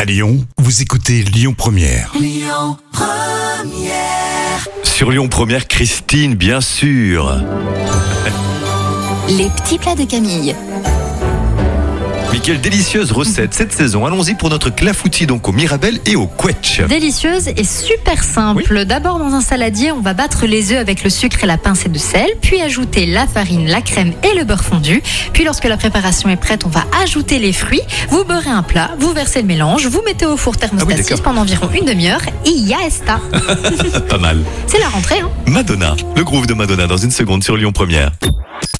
À Lyon, vous écoutez Lyon Première. Sur Lyon Première, Christine, bien sûr. Les petits plats de Camille. Mais quelle délicieuse recette cette saison. Allons-y pour notre clafoutis donc au Mirabel et au Quetch. Délicieuse et super simple. D'abord, dans un saladier, on va battre les œufs avec le sucre et la pincée de sel, puis ajouter la farine, la crème et le beurre fondu. Puis, lorsque la préparation est prête, on va ajouter les fruits. Vous beurrez un plat, vous versez le mélange, vous mettez au four thermostat Ah oui, d'accord. 6 pendant environ une demi-heure et ya está. Pas mal. C'est la rentrée, hein Madonna, le groove de Madonna dans une seconde sur Lyon Première.